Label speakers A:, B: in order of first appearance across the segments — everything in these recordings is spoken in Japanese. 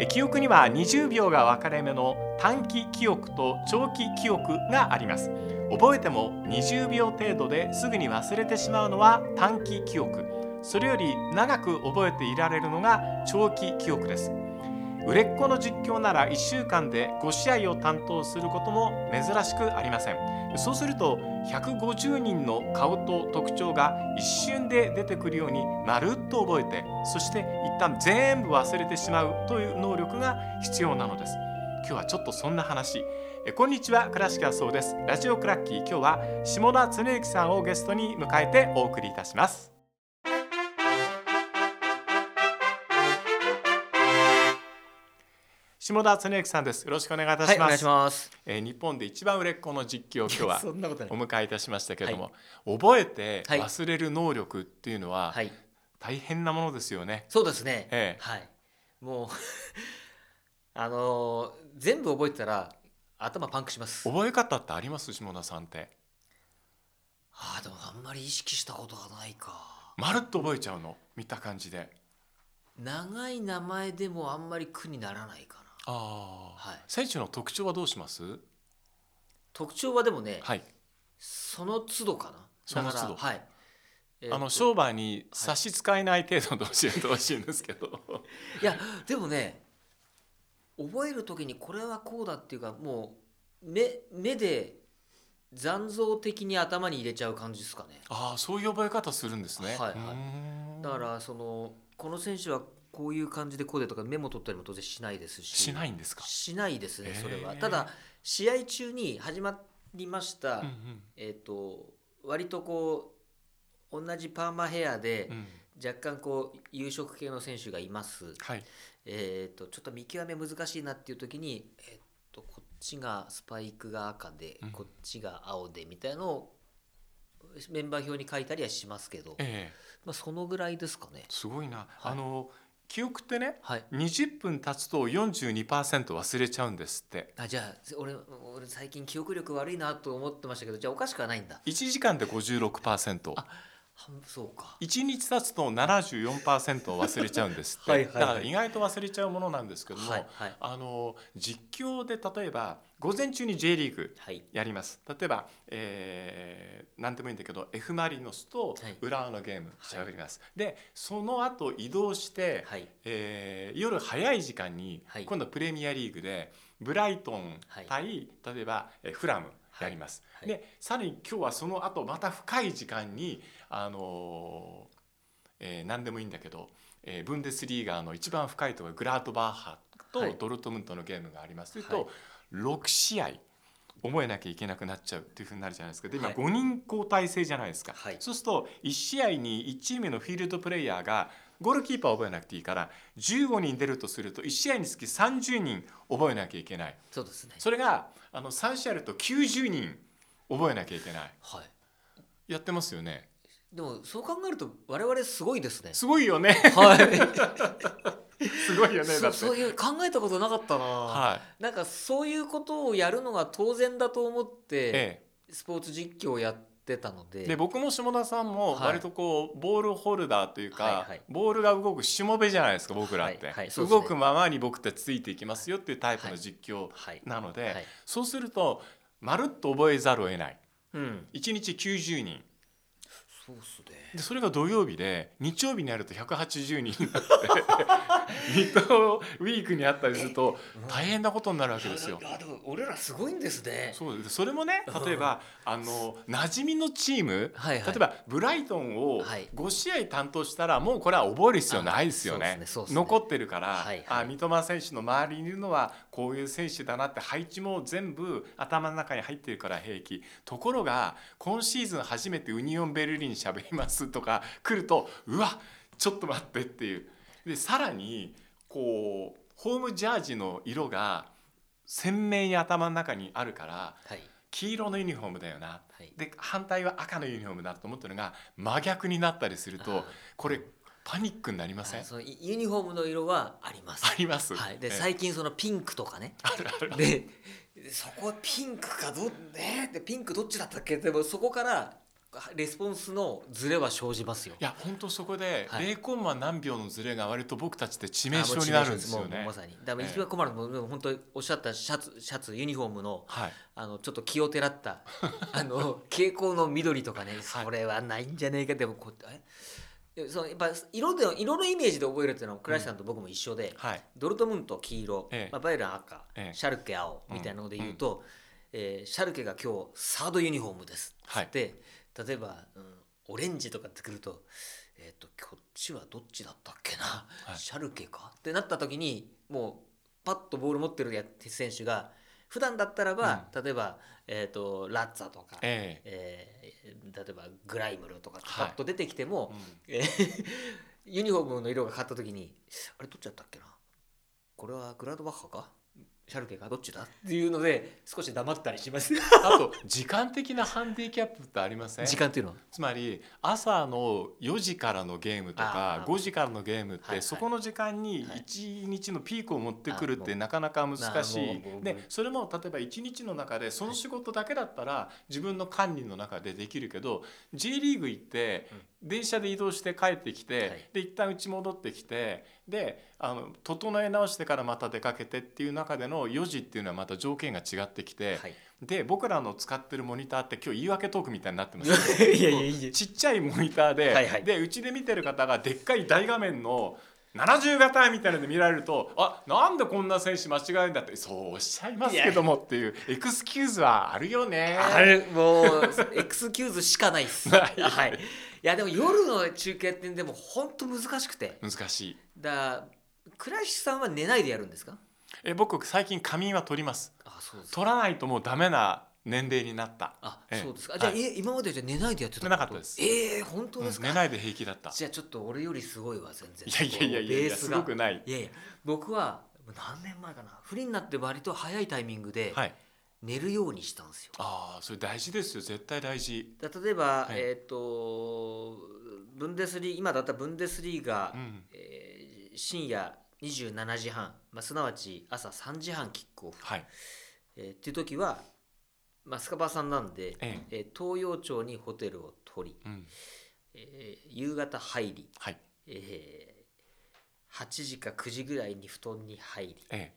A: え記憶には20秒が分かれ目の短期記憶と長期記憶があります覚えても20秒程度ですぐに忘れてしまうのは短期記憶それより長く覚えていられるのが長期記憶です売れっ子の実況なら1週間で5試合を担当することも珍しくありませんそうすると150人の顔と特徴が一瞬で出てくるようにまるっと覚えてそして一旦全部忘れてしまうという能力が必要なのです今日はちょっとそんな話えこんにちは倉敷そうですラジオクラッキー今日は下田恒之さんをゲストに迎えてお送りいたします下田恒之さんですよろしくお願いいた
B: はい、
A: し
B: お
A: ま
B: 願い
A: す
B: します。
A: えー日本で一番売れっ子の実況を今 日は
B: そんなことな
A: お
B: い。
A: 迎えいたしましたけれども、覚えて
B: はい
A: 忘れる能力っていうのは
B: はい、
A: 大変なものですよね。
B: そうですね。
A: ええ
B: はい、もう あのー全部覚えてたら頭パンクします。
A: 覚え方ってあります下田さんって
B: あーでもあんまり意識したことがないか。
A: まるっと覚えちゃうの見た感じで
B: 長い名前でもあんまり苦にならないかな。
A: ああ、
B: はい
A: 選手の特徴はどうします
B: 特徴はでもね、
A: はい、
B: その都度かな。
A: その都度
B: だからはい。えーと
A: あの商売に差し支えない程度で教えてほしいんですけ ど
B: いやでもね覚える時にこれはこうだっていうかもう目目で残像的に頭に入れちゃう感じですかね
A: ああそういう覚え方するんですね。
B: はいはいう
A: ーん
B: だからそのこの選手はこういう感じでこうでとかメモ取ったりも当然しないですし
A: しないいんですか、
B: しないですねそれは、
A: へー
B: ただ試合中に始まりました、
A: うんうん
B: えっ、と割とこう同じパーマヘアで
A: うん
B: 若干こう夕食系の選手がいます、
A: はい、
B: えー、とちょっと見極め難しいなっていう時に、えー、とこっちがスパイクが赤で、
A: うん
B: こっちが青でみたいなのをメンバー表に書いたりはしますけど、
A: ええ
B: まあ、そのぐらいですかね。
A: すごいな、
B: はい
A: あの記憶ってね
B: はい、
A: 20分経つと42%忘れちゃうんですって
B: あじゃあ俺俺最近記憶力悪いなと思ってましたけどじゃあおかしくはないんだ
A: 1時間で 56%1
B: 半そうか
A: 日経つと74%を忘れちゃうんですって
B: はいはいはい
A: だから意外と忘れちゃうものなんですけども、
B: はいはい
A: あの実況で例えば午前中に J リーグ
B: はい
A: やります例えば、えー、何でもいいんだけど F ・マリノスと
B: はい
A: 浦和のゲームしゃべります、でその後移動して、
B: はい
A: えー夜早い時間に、
B: はい
A: 今度プレミアリーグでブライトン
B: はい
A: 対、例えばえーフラムやります、
B: はいはい
A: でさらに今日はその後また深い時間に、あのーえー何でもいいんだけど、えーブンデスリーガーの一番深いところグラートバーハ
B: は
A: と
B: い
A: ドルトムントのゲームがあります、
B: は
A: と
B: い
A: 6試合覚えなきゃいけなくなっちゃうっていうふうになるじゃないですかで今
B: はい
A: 5人交代制じゃないですか、
B: はい
A: そうすると1試合に1チームのフィールドプレイヤーがゴールキーパーを覚えなくていいから15人出るとすると1試合につき30人覚えなきゃいけない
B: そうですね
A: それがあの3試合あると90人覚えなきゃいけない
B: はい
A: やってますよね
B: でもそう考えると我々すごいですね
A: すごいよね
B: はい
A: すごいよねだ
B: そ
A: っ
B: そう
A: て
B: いう考えたことなかったな、
A: はい
B: なんかそういうことをやるのが当然だと思って
A: え
B: スポーツ実況をやってたので
A: えで僕も下田さんも
B: はい
A: 割とこうボールホルダーという
B: は
A: か
B: いはい
A: ボールが動くしもべじゃないですか僕らっ
B: はいは
A: て
B: いそうですね
A: 動くままに僕ってついていきますよっていうタイプの実況
B: はい、
A: なの
B: は
A: で
B: い
A: そうするとまるっと覚えざるを得ない
B: うん、
A: 1日90人
B: そうっすね
A: でそれが土曜日で日曜日になると180人になって 二刀ウィークにあったりすると大変なことになるわけですよ
B: い。やでも俺らすごいんですね
A: そうですそれもね例えばあの馴染みのチーム
B: はいはい
A: 例えばブライトンを
B: はい
A: 5試合担当したらもうこれは覚える必要ないですよね
B: あそうですねそうですね
A: 残ってるから、
B: はいはい
A: あ三笘選手の周りにいるのはこういう選手だなって配置も全部頭の中に入ってるから平気ところが今シーズン初めてユニオンベルリンしゃべりますとか来るとうわちょっと待ってっていう。でさらにこうホームジャージの色が鮮明に頭の中にあるから
B: はい
A: 黄色のユニフォームだよな
B: はい
A: で反対は赤のユニフォームだと思ってるのが真逆になったりする
B: あー
A: とこれパニックになりません
B: あ
A: あ
B: そのユニフォームの色はあります
A: ります、
B: はい、
A: え
B: で
A: え
B: 最近そのピンクとかねでそこはピンクかどねでピンクどっちだったっけでもそこからレスポンスのズレは生じますよ
A: いや本当そこで
B: はい
A: 0コンマ何秒のズレが割と僕たちって致命傷になるんですよ
B: もう
A: ね
B: ま。さにだから
A: ええ
B: 一番困るのも、でも本当におっしゃったシャツシャツユニフォームの
A: はい、
B: あのちょっと気をてらった あの蛍光の緑とかね
A: はい
B: それはないんじゃねえかでもこうえでそのやっぱ色で色のイメージで覚えるっていうのは倉石さんと僕も一緒で、
A: はい、
B: ドルトムント黄色、
A: ええ
B: まあ、バイエルン赤、
A: ええ
B: シャルケ青みたいなので言うと、えーシャルケが今日サードユニフォームですっつ
A: はい
B: って、例えば、うん、オレンジとかってくると,、えー、とこっちはどっちだったっけな、
A: はい
B: シャルケかってなった時にもうパッとボール持ってるや選手が普段だったらば、例えば、えー、とラッツァとか、え
A: ええ
B: ー例えばグライムルとかって
A: はい
B: パッと出てきても、
A: うん
B: えーユニフォームの色が変わった時にあれどっちだったっけなこれはグラドバッハかシャルケかどっちだっていうので少し黙ったりします
A: あと時間的なハンディキャップってありません
B: 時間っていうのは
A: つまり朝の4時からのゲームとか
B: あー
A: 5時からのゲームっ
B: はいは
A: て
B: い
A: そこの時間に
B: はい
A: 1日のピークを持ってくるっ
B: あも
A: て
B: う
A: なかなか難し
B: あもうもうも
A: いうでそれも例えば1日の中でその仕事だけだったら自分の管理の中でできるけど J リーグ行って電車で移動して帰ってき
B: は
A: て
B: い
A: で一旦家戻ってきてであの整え直してからまた出かけてっていう中での4時っていうのはまた条件が違ってきて
B: はい
A: で僕らの使ってるモニターって今日言い訳トークみたいになってます
B: いやいやいや
A: ちっちゃいモニターで、
B: はいはい
A: でうちで見てる方がでっかい大画面の70型みたいなので見られるとあなんでこんな選手間違えるんだってそうおっしゃいますけどもっていうエクスキューズはあるよね。
B: あれもうエクスキューズしかないっす
A: ない
B: はい、いやでも夜の中継ってでも本当難しくて
A: 難しい
B: だ倉石さんは寝ないでやるんですか
A: え僕最近仮眠は取ります
B: あそうです
A: 取らないともうダメな年齢になった
B: あ、
A: ええ
B: そうですかあじゃあ、
A: はい
B: え今までじゃあ寝ないでやってた
A: 寝なかったです
B: ええ本当です
A: うん
B: か、
A: 寝ないで平気だったい
B: じゃあちょっと俺よりすごいわ全然
A: やいやいやいやい
B: ベー
A: や
B: ス
A: す
B: が
A: ごくない
B: いやいや僕は何年前かな不利になって割と早いタイミングで
A: はい
B: 寝るようにしたんですよ、
A: ああそれ大事ですよ絶対大事
B: だ例えば、
A: はい
B: えっ、とブンデスリー今だったらブンデスリーガ、
A: うん
B: えー深夜27時半、まあ、すなわち朝3時半キックオフ、
A: はい
B: えーっていう時は、まあ、スカパーさんなんで、
A: え
B: えー東洋町にホテルを取り、
A: えうん
B: えー夕方入り、
A: はい
B: えー8時か9時ぐらいに布団に入り、
A: ええ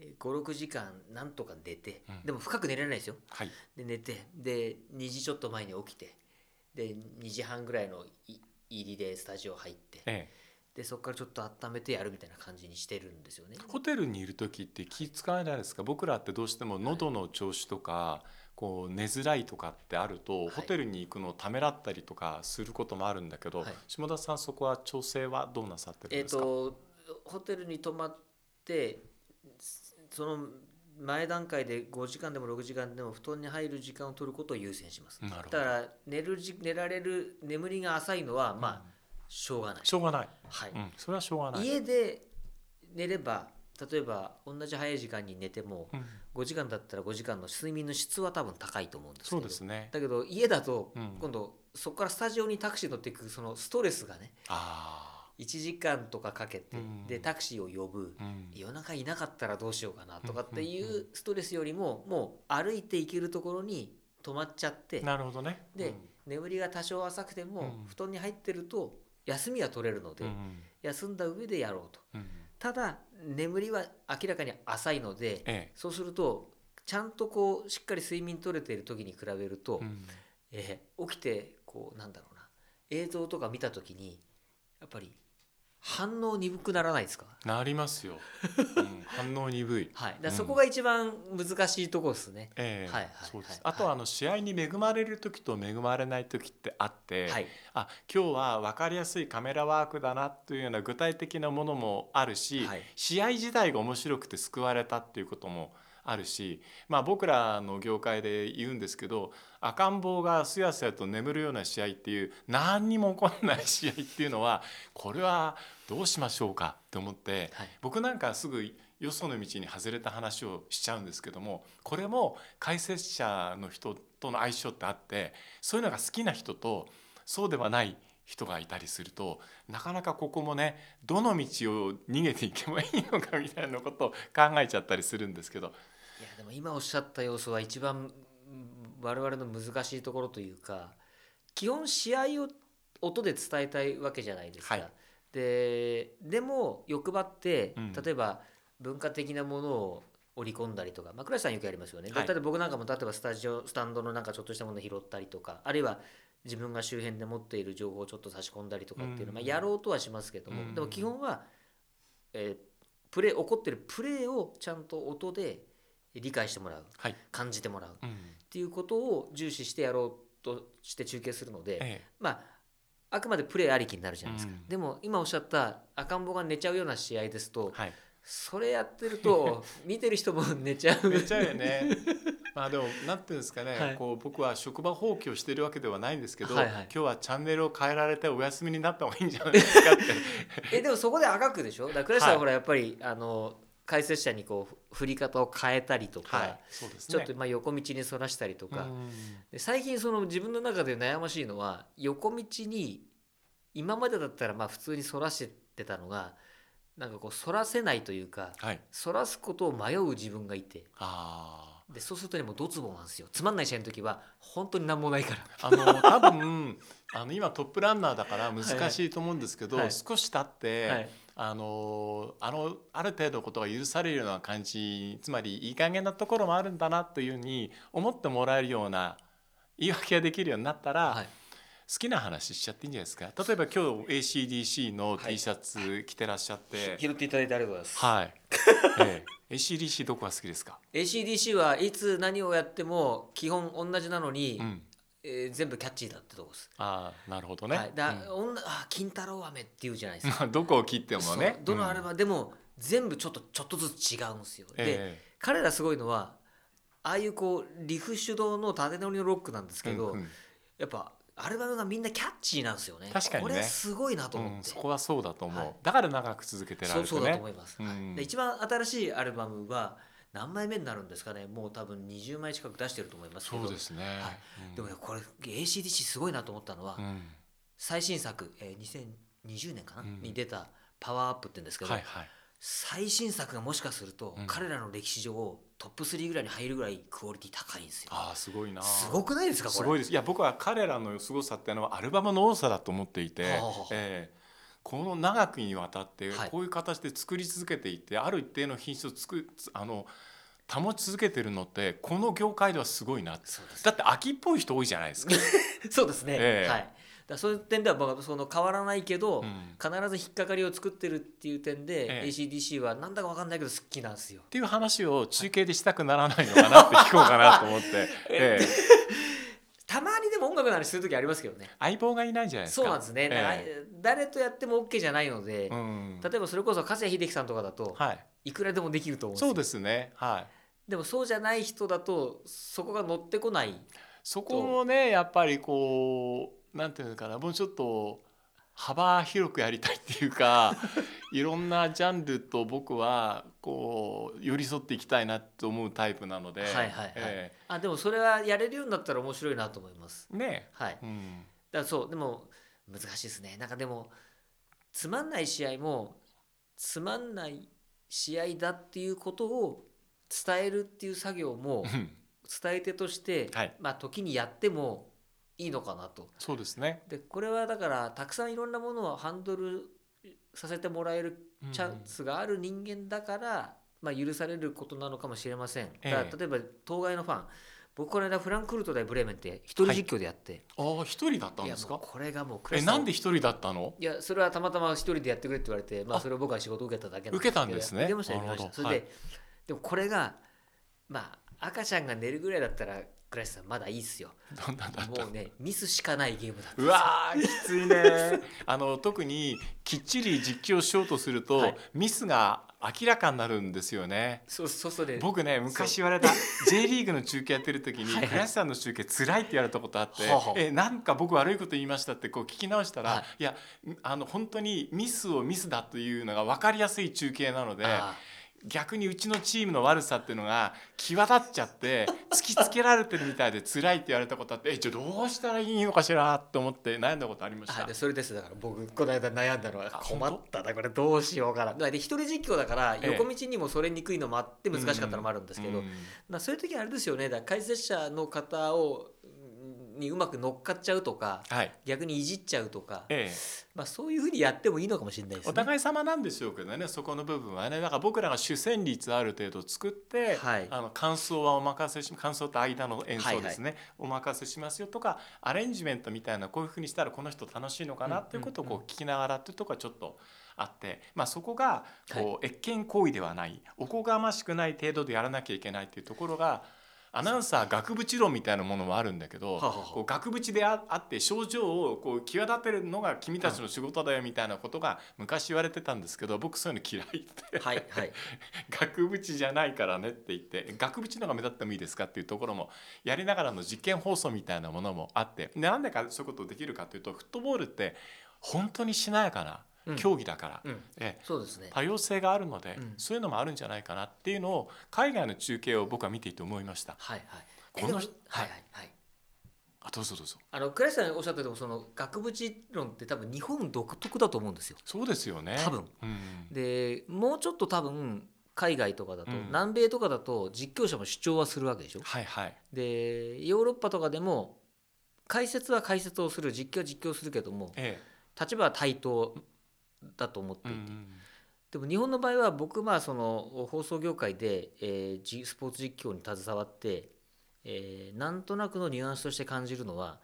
B: えー56時間なんとか寝て、
A: うん
B: でも深く寝れないですよ
A: はい
B: で寝てで2時ちょっと前に起きてで2時半ぐらいのい入りでスタジオ入って
A: ええ
B: でそこからちょっと温めてやるみたいな感じにしてるんですよね
A: ホテルにいる時って気使わないですか僕らってどうしても喉の調子とかこう寝づらいとかってあると、
B: い
A: ホテルに行くのをためらったりとかすることもあるんだけど、
B: はい
A: 下田さんそこは調整はどうなさってるん
B: えっ、
A: ですか、
B: とホテルに泊まってその前段階で5時間でも6時間でも布団に入る時間を取ることを優先します
A: なるほど
B: だから寝るじ寝られる眠りが浅いのはまあしょうがない、
A: しょうがない、
B: はい
A: うん、それはしょうがない、
B: 家で寝れば例えば同じ早い時間に寝ても
A: うん、
B: 5時間だったら5時間の睡眠の質は多分高いと思うんですけど
A: そうですね
B: だけど家だと
A: うん
B: 今度そこからスタジオにタクシー乗っていくそのストレスがね
A: あ
B: 1時間とかかけて
A: うん
B: でタクシーを呼ぶ
A: あ、うん、
B: 夜中いなかったらどうしようかなとかってい
A: んうんう
B: うストレスよりももう歩いて行けるところに泊まっちゃって
A: なるほどね
B: で眠りが多少浅くても
A: うん
B: 布団に入ってると休みは取れるの
A: う
B: で
A: んうん
B: 休んだ上でやろうと。
A: うん
B: ただ眠りは明らかに浅いので
A: え
B: そうするとちゃんとこうしっかり睡眠取れている時に比べると、
A: え、うん
B: えー起きてこうなんだろうな映像とか見た時にやっぱり反応鈍くならないですか,、
A: なりますよ、うん、反応鈍 い
B: はい、だから
A: うん
B: そこが一番難しいところですね。
A: ええ
B: はいはい
A: そうです。
B: はい
A: あとは
B: はい
A: あの試合に恵まれる時と恵まれない時ってあって、
B: はい
A: あ今日は分かりやすいカメラワークだなというような具体的なものもあるし、
B: はい
A: 試合自体が面白くて救われたっていうこともあるし、まあ、僕らの業界で言うんですけど赤ん坊がすやすやと眠るような試合っていう何にも起こらない試合っていうのはこれはどうしましょうかって思って。
B: はい
A: 僕なんかすぐよその道に外れた話をしちゃうんですけどもこれも解説者の人との相性ってあってそういうのが好きな人とそうではない人がいたりするとなかなかここもねどの道を逃げていけばいいのかみたいなことを 考えちゃったりするんですけど
B: いやでも今おっしゃった要素は一番うん我々の難しいところというか基本試合を音で伝えたいわけじゃないですか、
A: はい
B: ででも欲張って
A: うん
B: 例えば文化的なものを織り込んだりとか、まあ、倉石さんよくやりますよね、
A: はい
B: 例えば僕なんかも例えばスタジオスタンドのなんかちょっとしたものを拾ったりとかあるいは自分が周辺で持っている情報をちょっと差し込んだりとかっていうのは、
A: うん
B: まあ、やろうとはしますけども、
A: うん
B: でも基本は、えープレー起こってるプレーをちゃんと音で理解してもらう、
A: はい
B: 感じてもらう
A: うん
B: っていうことを重視してやろうとして中継するので、
A: え
B: まああくまでプレーありきになるじゃないですか、
A: うん
B: でも今おっしゃった赤ん坊が寝ちゃうような試合ですと、
A: えはい
B: それやってる と見てる人も寝ちゃう
A: めっちゃうよねまあでもなんていうんですかね、
B: はい
A: こう僕は職場放棄をしているわけではないんですけど、
B: はいはい
A: 今日はチャンネルを変えられてお休みになった方がいいんじゃないですかって
B: えでもそこで赤くでしょだから倉石さん
A: はい
B: はほらやっぱり、あの解説者にこう振り方を変えたりとか、
A: はいそうですね
B: ちょっとまあ横道にそらしたりとか、
A: うん
B: で最近その自分の中で悩ましいのは横道に今までだったらまあ普通にそらしてたのがなんかこうそらせないというか
A: はい
B: そらすことを迷う自分がいて
A: あ
B: でそうするとねもうドツボなんですよつまんない試合の時は本当になんもないから
A: ーあ の多分あの今トップランナーだから難しいと思うんですけど、
B: はいはい
A: 少し経って、
B: はい
A: あのあのある程度ことが許されるような感じつまりいい加減なところもあるんだなというふうに思ってもらえるような言い訳ができるようになったら、
B: はい
A: 好きな話しちゃっていいんじゃないですか例えば今日 ACDC の T シャツ着てらっしゃって
B: 拾っていただいてありがとうございます、
A: はい、ええ ACDC どこが好きですか、
B: ACDC はいつ何をやっても基本同じなのに、
A: うん、
B: えー全部キャッチーだってとこです、
A: ああなるほどね、
B: はい、だ、
A: うん
B: 女あ金太郎飴って言うじゃないですか
A: まあどこを切ってもね
B: そうどのアル
A: ム
B: バム、でも全部ちょっとちょっとずつ違うんですよ、で、
A: え
B: 彼らすごいのはああいうこうリフ主導の縦乗りのロックなんです
A: え
B: けど、
A: うんうん
B: やっぱアルバムがみんなキャッチーなんですよね
A: 確かにね
B: これすごいなと思って、
A: うんそこはそうだと思う、
B: はい
A: だから長く続けてられ
B: そ
A: るね
B: うそうだと思います、
A: うん
B: はいで一番新しいアルバムは何枚目になるんですかねもう多分20枚近く出してると思いますけど
A: そうですね、
B: はい
A: うん
B: でもねこれ ACDC すごいなと思ったのは、
A: うん
B: 最新作、えー2020年かな、
A: うん
B: に出た「パワーアップって言うんですけど、
A: はいはい
B: 最新作がもしかすると、
A: うん
B: 彼らの歴史上トップ3ぐらいに入るぐらいクオリティ高いんですよ
A: ああすごいな
B: すごくないですかこれ
A: すごいですいや僕は彼らの凄さっていうのはアルバムの多さだと思っていて、
B: はあはあ
A: ええこの長くにわたって
B: はい
A: こういう形で作り続けていて、ある一定の品質をつくつあの保ち続けてるのってこの業界ではすごいなって
B: そうです
A: だって秋っぽい人多いじゃないですか。
B: そうですね、
A: ええ
B: はいだからそういう点では、まあ、その変わらないけど、
A: うんっ
B: 必ず引っかかりを作ってるっていう点で、
A: ええ
B: ACDC はなんだかわかんないけど好きなんですよ
A: ていう話を中継でしたくならないのかなって聞こうかなと 思って、ええ
B: たまにでも音楽の話する時ありますけどね
A: 相棒がいないじゃないですか。
B: そうなんですね、
A: え
B: 誰とやっても OK じゃないので、
A: えうん、
B: 例えばそれこそ加瀬秀樹さんとかだと、
A: はい、
B: い、くらでもできると思うんです
A: そ
B: よ
A: うですね。はい。
B: でもそうじゃない人だとそこが乗ってこない
A: そこもねやっぱりこうなんていうのかなもうちょっと幅広くやりたいっていう かいろんなジャンルと僕はこう寄り添っていきたいなと思うタイプなので、
B: はいはいはい
A: え
B: あでもそれはやれるようになったら面白いなと思います
A: えね
B: はい
A: え、うん、
B: だからそうでも難しいですねなんかでもつまんない試合もつまんない試合だっていうことを伝えるっていう作業も
A: うん
B: 伝え手として、
A: はい
B: まあ時にやってもいいのかなと
A: そうですね。
B: でこれはだからたくさんいろんなものをハンドルさせてもらえるチャンスがある人間だから、まあ、許されることなのかもしれません、
A: ええ
B: だから例えば当該のファン僕この間フランクフルトでブレーメンって一人実況でやって、
A: うんああ一人だったん
B: い、
A: で
B: や
A: す
B: もう
A: か。
B: これがもう
A: え
B: 倉石さ
A: なんで一人だったの？
B: いやそれはたまたま一人でやってくれって言われて、まあ、
A: あ
B: それを僕は仕事を受けただけなん
A: 受けたんですね
B: 受けました受けまし
A: な
B: た
A: るほ
B: そ
A: ど
B: れで、でもこれがまあ赤ちゃんが寝るぐらいだったら倉石さんまだいいっすよ
A: どんなんだった
B: もうねミスしかないゲームだった
A: うわーきついね あの特にきっちり実況しようとすると、
B: はい
A: ミスが明らかになるんですよね。
B: そうそうそうで
A: 僕ね昔言われた J リーグの中継やってる時に
B: はいはい
A: 倉石さんの中継つらいって言われたことあって
B: はあはあ
A: 「えなんか僕悪いこと言いました」ってこう聞き直した
B: は
A: らいやあの本当にミスをミスだというのが分かりやすい中継なので
B: あ
A: 逆にうちのチームの悪さっていうのが際立っちゃ って突きつけられてるみたいで辛いって言われたことあって「えじゃあどうしたらいいのかしら?」と思って悩んだことありまし
B: あ
A: た
B: で。それですだから僕この間悩んだのは
A: あ
B: 困ったなこれどうしようかなだからで一人実況だから
A: ええ
B: 横道にもそれにくいのもあって難しかったのもあるんですけど、
A: うん
B: まあ、そういう時はあれですよねだから解説者の方をうんにうまく乗っかっちゃうとか
A: はい
B: 逆にいじっちゃうとか、
A: ええ
B: まあ、そういうふうにやってもいいのかもしれないですね。
A: お互い様なんでしょうけどねそこの部分はねだから僕らが主旋律ある程度作って、
B: はい
A: あの感想はお任せし感想と間の演奏ですね、お任せしますよとかアレンジメントみたいなこういうふうにしたらこの人楽しいのかな
B: うん
A: っていうことをこう聞きながらっていうところはちょっとあって、まあ、そこがこう越見行為ではないおこがましくない程度でやらなきゃいけないっていうところがアナウンサー額縁論みたいなものもあるんだけど、
B: はあはあ
A: こう額縁でああって症状をこう際立てるのが君たちの仕事だよみたいなことが昔言われてたんですけど僕そういうの嫌いって
B: はいはい、
A: 額縁じゃないからねって言って額縁の方が目立ってもいいですかっていうところもやりながらの実験放送みたいなものもあってでなんでかそういうことできるかというとフットボールって本当にしなやかな
B: うん
A: 競技だから、
B: うん、
A: ええ
B: そうですね。
A: 多様性があるので、
B: うん
A: そういうのもあるんじゃないかなっていうのを海外の中継を僕は見ていて思いました。
B: はいはい。
A: この
B: えでもはいはいはい。
A: あどうぞどうぞ
B: あの倉石さんおっしゃっててもその額縁論って多分日本独特だと思うんですよ。
A: そうですよね
B: 多分
A: うん
B: でもうちょっと多分海外とかだと、
A: うん
B: 南米とかだと実況者も主張はするわけでしょ。
A: はいはい
B: でヨーロッパとかでも解説は解説をする実況は実況するけども
A: え
B: 立場は対等だと思っ
A: え
B: て
A: う
B: い
A: ん
B: て、
A: うん
B: でも日本の場合は僕まあその放送業界で、えーじスポーツ実況に携わって、えーなんとなくのニュアンスとして感じるのは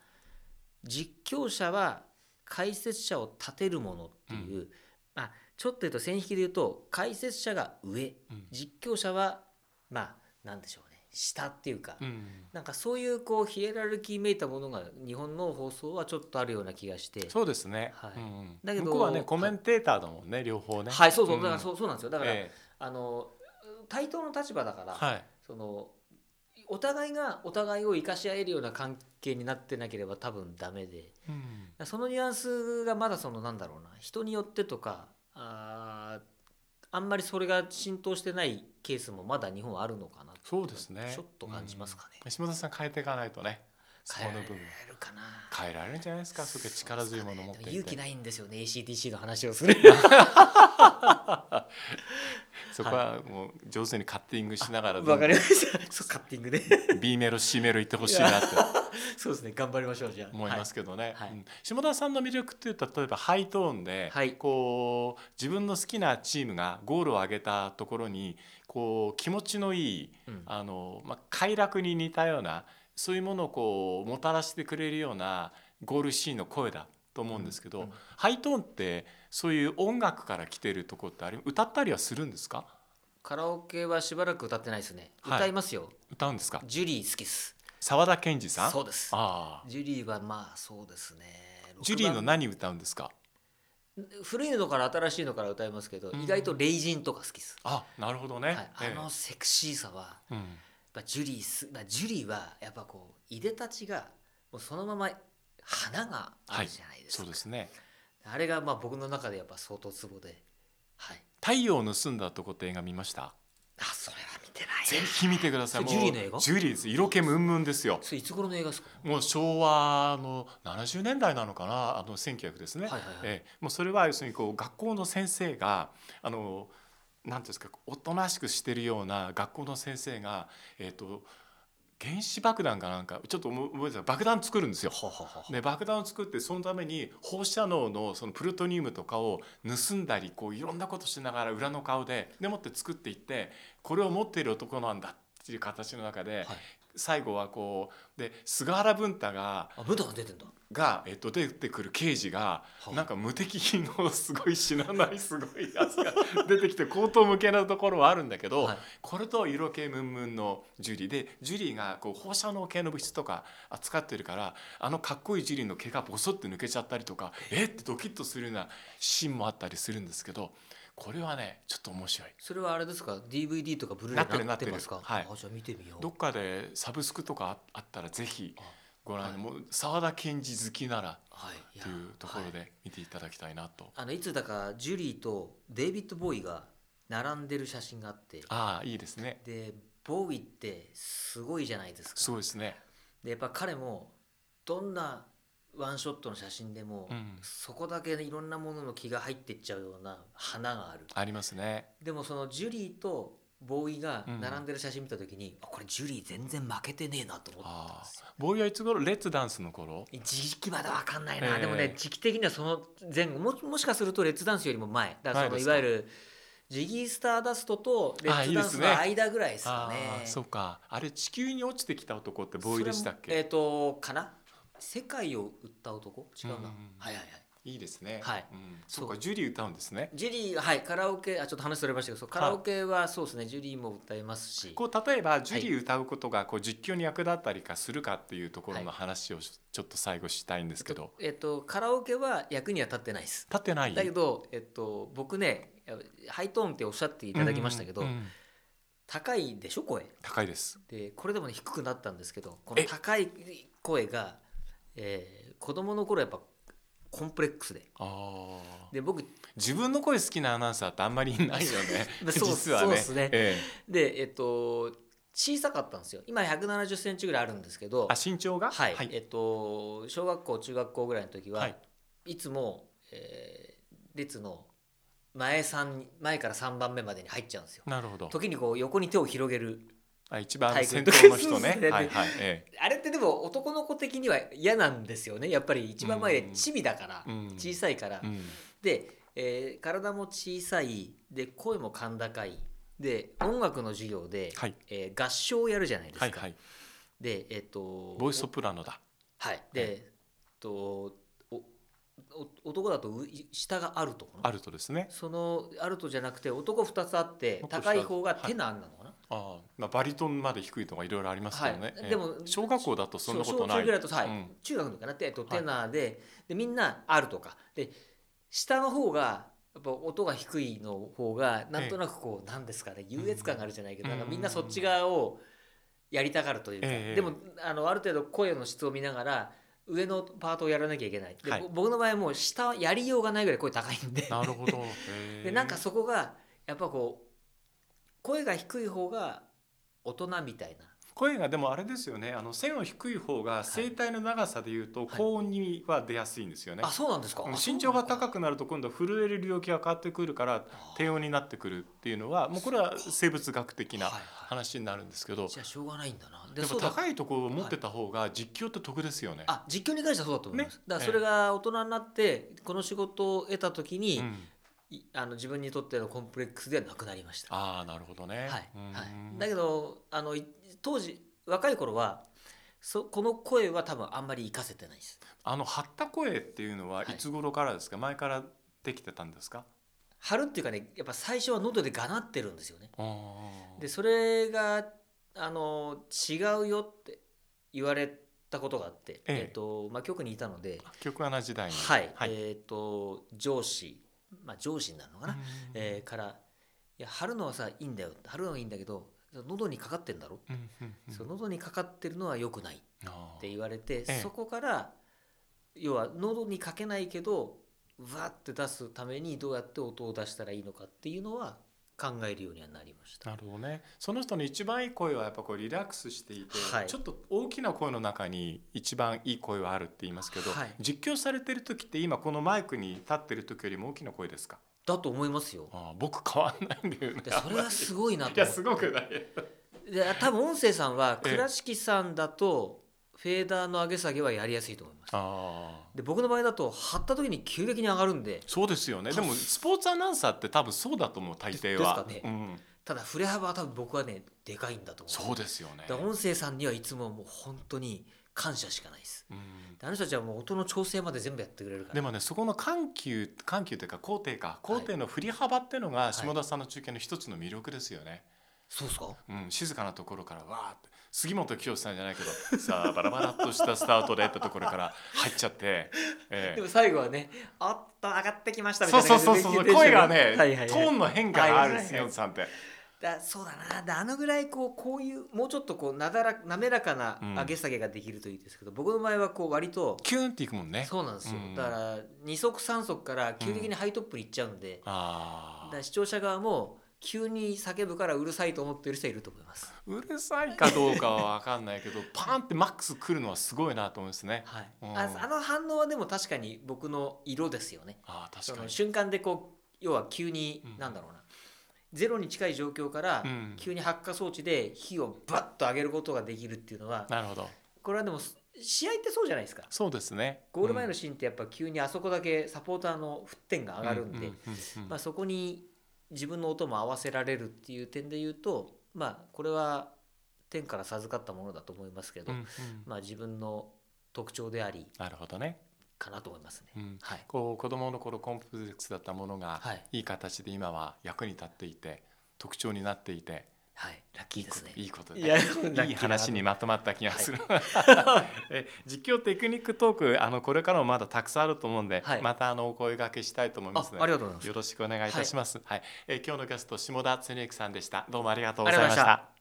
B: 実況者は解説者を立てるものっていう、まあ、ちょっと言うと線引きで言うと解説者が上
A: うん
B: 実況者はまあなんでしょうね下っていうか、
A: うん
B: なんかそういうこうヒエラルキーめいたものが日本の放送はちょっとあるような気がして。
A: そうですね、
B: はい
A: うんうん
B: だけど
A: 向こうはねコメンテーターだもんね、両方ね
B: はいそうそう、
A: ん
B: だからそうそうなんですよだから、
A: ええ
B: あの対等の立場だから、
A: はい
B: そのお互いがお互いを生かし合えるような関係になってなければ多分ダメで
A: うん
B: そのニュアンスがまだそのなんだろうな人によってとかあーあんまりそれが浸透してないケースもまだ日本はあるのかなって
A: そうですね
B: ちょっと感じますかね
A: うん島田さん変えていかないとねそこ
B: 変え
A: の
B: ら
A: 部
B: れ
A: 分
B: るかな
A: 変えられるんじゃないですかすごい力強いもの持っていて、
B: 勇気ないんですよね ACDC の話をする
A: そこはもう上手にカッティングしな がら
B: わかりましたそうカッティングで
A: B メロ C メロ行ってほしいなって
B: そうですね頑張りましょうじゃあ
A: 思いますけどね、
B: はい
A: うん下田さんの魅力っていうと例えばハイトーンで、
B: はい
A: こう自分の好きなチームがゴールを上げたところにこう気持ちのいい
B: はいうん
A: あの、まあ、快楽に似たようなそういうものをこうもたらしてくれるようなゴールシーンの声だと思うんですけど、
B: うんうん
A: ハイトーンってそういう音楽から来てるとこってあれ歌ったりはするんですか
B: カラオケはしばらく歌ってないですね。
A: はい
B: 歌いますよ。
A: 歌うんですか
B: ジュリー好きっす。
A: 沢田研二さん
B: そうです。
A: ああ
B: ジュリーはまあそうですね。
A: ジュリーの
B: 6
A: 何歌うんですか
B: 番古いのから新しいのから歌いますけど、
A: うん
B: 意外とレイジンとか好きです。
A: あなるほどね、
B: はい、
A: え
B: あ
A: え
B: のセクシーさは、
A: うん
B: まあ、ジュリーす、まあ、ジュリーはやっぱこういでたちがもうそのまま花があるじゃないです
A: そ
B: か。
A: うですね
B: あれがまあ僕の中でやっぱ相当ツボで、はい。
A: 太陽を盗んだとこって映画見ました
B: あそれは見てないな。
A: ぜひ見てください
B: そ
A: も
B: れ
A: う
B: ジュリーの映画
A: ジュリーです色気ムンムンですよ
B: それいつ頃の映画ですか。
A: もう昭和の70年代なのかなあの1900ですね、
B: はいはいはい
A: ええもうそれは要するにこう学校の先生があのなんていうんですかおとなしくしてるような学校の先生が、えっと原子爆弾かなんかちょっと思い思い出した爆弾作るんですよ。
B: ははは
A: で爆弾を作ってそのために放射能のそのプルトニウムとかを盗んだりこういろんなことしながら裏の顔ででもって作っていってこれを持っている男なんだっていう形の中で、
B: はい
A: 最後はこうで菅原文太が
B: あ舞台が出てんだ。
A: が、えっと、出てくる刑事が、
B: はい
A: なんか無敵品のすごい死なないすごいやつが出てきて高等無けなところはあるんだけど、
B: はい
A: これと色気ムンムンのジュリーでジュリーがこう放射能系の物質とか扱ってるからあのかっこいいジュリーの毛がボソって抜けちゃったりとかえっってドキッとするようなシーンもあったりするんですけどこれはねちょっと面白い。
B: それはあれですか DVD とかブルーレイ
A: なってる
B: になってますか
A: なってる
B: あじゃあ見てみよう
A: どっかでサブスクとかああったらぜひご覧、
B: はい
A: もう沢田研二好きなら
B: はいい
A: っ
B: や
A: ていうところ
B: はい
A: で見ていただきたいなと。
B: あのいつだかジュリーとデイビッド・ボーイが並んでる写真があって
A: ああいいですね。
B: でボーイってすごいじゃないですか
A: そうですね。
B: でやっぱ彼もどんなワンショットの写真でも、
A: うん
B: そこだけいろんなものの気が入ってっちゃうような花がある
A: ありますね。
B: でもそのジュリーとボーイが
A: うん
B: 並んでる写真見た時に、あこれジュリー全然負けてねえなと思ったんですよ
A: ボーイはいつ頃レッツダンスの頃
B: 時期まだ分かんないな、
A: ええ
B: でもね時期的にはその前後ももしかするとレッツダンスよりも前だからそ
A: 前
B: の
A: です
B: い
A: か
B: わゆるジギー・スターダストとレッ
A: あい
B: ツ
A: いで
B: ダン
A: す
B: ス
A: ね
B: の間ぐらいですかね
A: ああそうかあれ地球に落ちてきた男ってボーイでしたっ
B: それもえ
A: け
B: っ、とかな世界を売った男違うな、
A: うんうんうん
B: はいはいはい
A: いいですね
B: はい
A: うん、
B: そ
A: そううかジュリー歌うんですね
B: ジュリーはいカラオケあちょっと話それましたけどそうカラオケはそうですね、ジュリーも歌えますし
A: こう例えばジュリー歌うことがこう実況に役立ったりかするかっていうところの
B: は
A: 話をしちょっと最後したいんですけど、
B: えっと、えっとカラオケは役には立ってないです
A: 立ってない
B: だけど、えっと、僕ねやっぱハイトーンっておっしゃっていただきましたけど、
A: うんうんうん
B: 高いでしょ声
A: 高いです
B: でこれでもね低くなったんですけどこの
A: え
B: 高い声が、えー子供の頃やっぱコンプレックスで
A: ああ
B: で僕
A: 自分の声好きなアナウンサーってあんまりいないよね
B: ま あそう
A: 実はね
B: そうですね
A: え
B: でえっと小さかったんですよ今1 7 0センチぐらいあるんですけど
A: えあ身長が
B: はい、
A: はい
B: えっと小学校中学校ぐらいの時は、
A: はいい、
B: つも、えー列の前三前から3番目までに入っちゃうんですよ
A: なるほど
B: 時にこう横に手を広げる
A: あ一番あの
B: 体
A: 先頭
B: 育の
A: の人
B: そうで
A: ね
B: すね
A: はいはいえ
B: あれってでも男の子的には嫌なんですよねやっぱり一番前で
A: うん
B: チビだから、
A: うん
B: 小さいから、
A: えうん
B: で、えー体も小さいで声も甲高いで音楽の授業で、
A: はい
B: えー合唱をやるじゃないですか、
A: はいはい
B: でえっ、と
A: ボイスソプラノだ
B: はい、で、えっとおお男だとう下がアルトかな
A: アルトですね
B: そのアルトじゃなくて男2つあって
A: もっと下
B: 高い方がテナーなのかな、
A: ああまあバリトンまで低いとかいろいろありますけど
B: はい
A: ね、ええ
B: でも
A: 小学校だとそんなことな
B: そう小中
A: い
B: ぐらいだと、はい
A: うん
B: 中学の時かなって、えっと、
A: い
B: テナーで,、でみんなあるとかで下の方がやっぱ音が低いの方がなんとなくこう、なんですかね優越感があるじゃないけど、
A: うん
B: なんかみんなそっち側をやりたがるというか、
A: ええ
B: でもあのある程度声の質を見ながら上のパートをやらなきゃいけないで、
A: はい
B: ぼ僕の場合はもう下はやりようがないぐらい声高いんで
A: なるほどへえ
B: でなんかそこがやっぱこう声が低い方が大人みたいな
A: 声がでもあれですよねあの背の低い方が声帯の長さでいうと高音には出やすいんですよね、
B: あそうなんですか
A: うん
B: あ
A: 身長が
B: そうなのか
A: 高くなると今度は震える領域が変わってくるから低音になってくるっていうのはもうこれは生物学的な
B: はいはい
A: 話になるんですけど
B: じゃあしょうがないんだな。で
A: でも
B: そうだ
A: 高いところを持ってた方が実況って得ですよね。
B: あ実況に関してはそうだと思います。
A: ね
B: だからそれが大人になってこの仕事を得た時に、
A: うん
B: いあの自分にとってのコンプレックスではなくなりました。は
A: あーなるほどね。
B: い、はい
A: うん。
B: だけどあのい当時若い頃はそこの声は多分あんまり活かせてないです。
A: あの張った声っていうのは
B: はい
A: いつ頃からですか、前からできてたんですか
B: 張るっていうかねやっぱ最初は喉でがなってるんですよね。で
A: で
B: それがあの違うよって言われたことがあって、
A: ええ
B: えっとまあ、局にいたので。
A: 曲穴時代に。
B: はい、
A: はい
B: えっ、と上司まあ上司になるのかな、
A: うん
B: えーから「いや貼るのはさいいんだよ貼るのはいいんだけど喉にかかってんだろ、
A: うんうんうん
B: その喉にかかってるのは良くない」っ
A: あー
B: て言われて、
A: え
B: そこから要は喉にかけないけどうわって出すためにどうやって音を出したらいいのかっていうのは考えるようにはなりました。
A: なるほどね。その人の一番いい声はやっぱこうリラックスしていて、
B: はい
A: ちょっと大きな声の中に一番いい声はあるって言いますけど、
B: はい
A: 実況されてる時って今このマイクに立ってる時よりも大きな声ですか。
B: だと思いますよ。
A: ああ僕変わんないんだよね
B: で。それはすごいな と
A: い
B: 思
A: や
B: って
A: すごくない。
B: で多分音声さんは
A: ええ
B: 倉敷さんだとフェーダーの上げ下げはやりやすいと思います。
A: ああ。
B: で僕の場合だと張った時に急激に上がるんで
A: そうですよね。でもスポーツアナウンサーって多分そうだと思う大抵は。
B: ですか
A: うん。
B: ただ振れ幅は多分僕はねでかいんだと思
A: そううですよね。
B: だから音声さんにはいつももう本当に感謝しかないです
A: うん。
B: であの人たちはもう音の調整まで全部やってくれるから
A: でもねそこの緩急緩急というか高低か高低の振り幅っていうのが下田さんの中継の一つの魅力ですよね。
B: そうっすか
A: うん、静かなところからわーって杉本清さんじゃないけど さあバラバラっとしたスタートでってところから入っちゃって、え
B: で
A: え
B: も最後はね「あっと上がってきました」みた
A: そ
B: いうな
A: そう
B: 感 じで
A: そうそう
B: テンション
A: 声がね、
B: はいはい
A: ト
B: はい
A: ーンの変化がある
B: はいはいはい
A: 杉本さんって、
B: だそうだなであのぐらいこうこういうもうちょっとこうなだら滑らかな
A: うん
B: 上げ下げができるといいですけど、僕の場合はこう割と
A: キューンっていくもんね
B: そうなんですよ、
A: うん
B: だから2足3足から急激にハイトップにいっちゃうんで、だ
A: ああ
B: から視聴者側も急に叫ぶからうるさいと思ってる人いると思います。
A: うるさいかどうかは分かんないけどパーンってマックス来るのはすごいなと思うんですね
B: はい、
A: うん
B: ああの反応はでも確かに僕の色ですよね。
A: ああ確
B: そ
A: か
B: の
A: に
B: 瞬間でこう要は急に
A: うん
B: なんだろうな、ゼロに近い状況から
A: うん
B: 急に発火装置で火をバッと上げることができるっていうのは
A: なるほど
B: これはでも試合ってそうじゃないですか
A: そうですね
B: ゴール前のシーンってやっぱ急にあそこだけサポーターの沸点が上がるんで、
A: うううんうん
B: まあ、そこに自分の音も合わせられるっていう点で言うと、まあ、これは天から授かったものだと思いますけど、
A: うんうん
B: まあ、自分の特徴であり
A: なるほどね、
B: かなと思いますね。
A: うん、
B: はい、
A: こう子供の頃コンプレックスだったものが、
B: はい
A: いい形で今は役に立っていて特徴になっていて
B: はい、ラッキーですね。
A: いいこと
B: いやラッキーだ
A: いい話にまとまった気がする、 え実況テクニックトークあのこれからもまだたくさんあると思うんで、
B: はい
A: またあのお声掛けしたいと思い
B: あ
A: ます
B: あ
A: ね
B: りがとうございます。
A: よろしくお願いいたします、はいえ今日のゲスト下田恒之さんでしたどうもありがとうご
B: あり
A: ざ
B: が
A: い
B: とうござい
A: まし
B: ましたた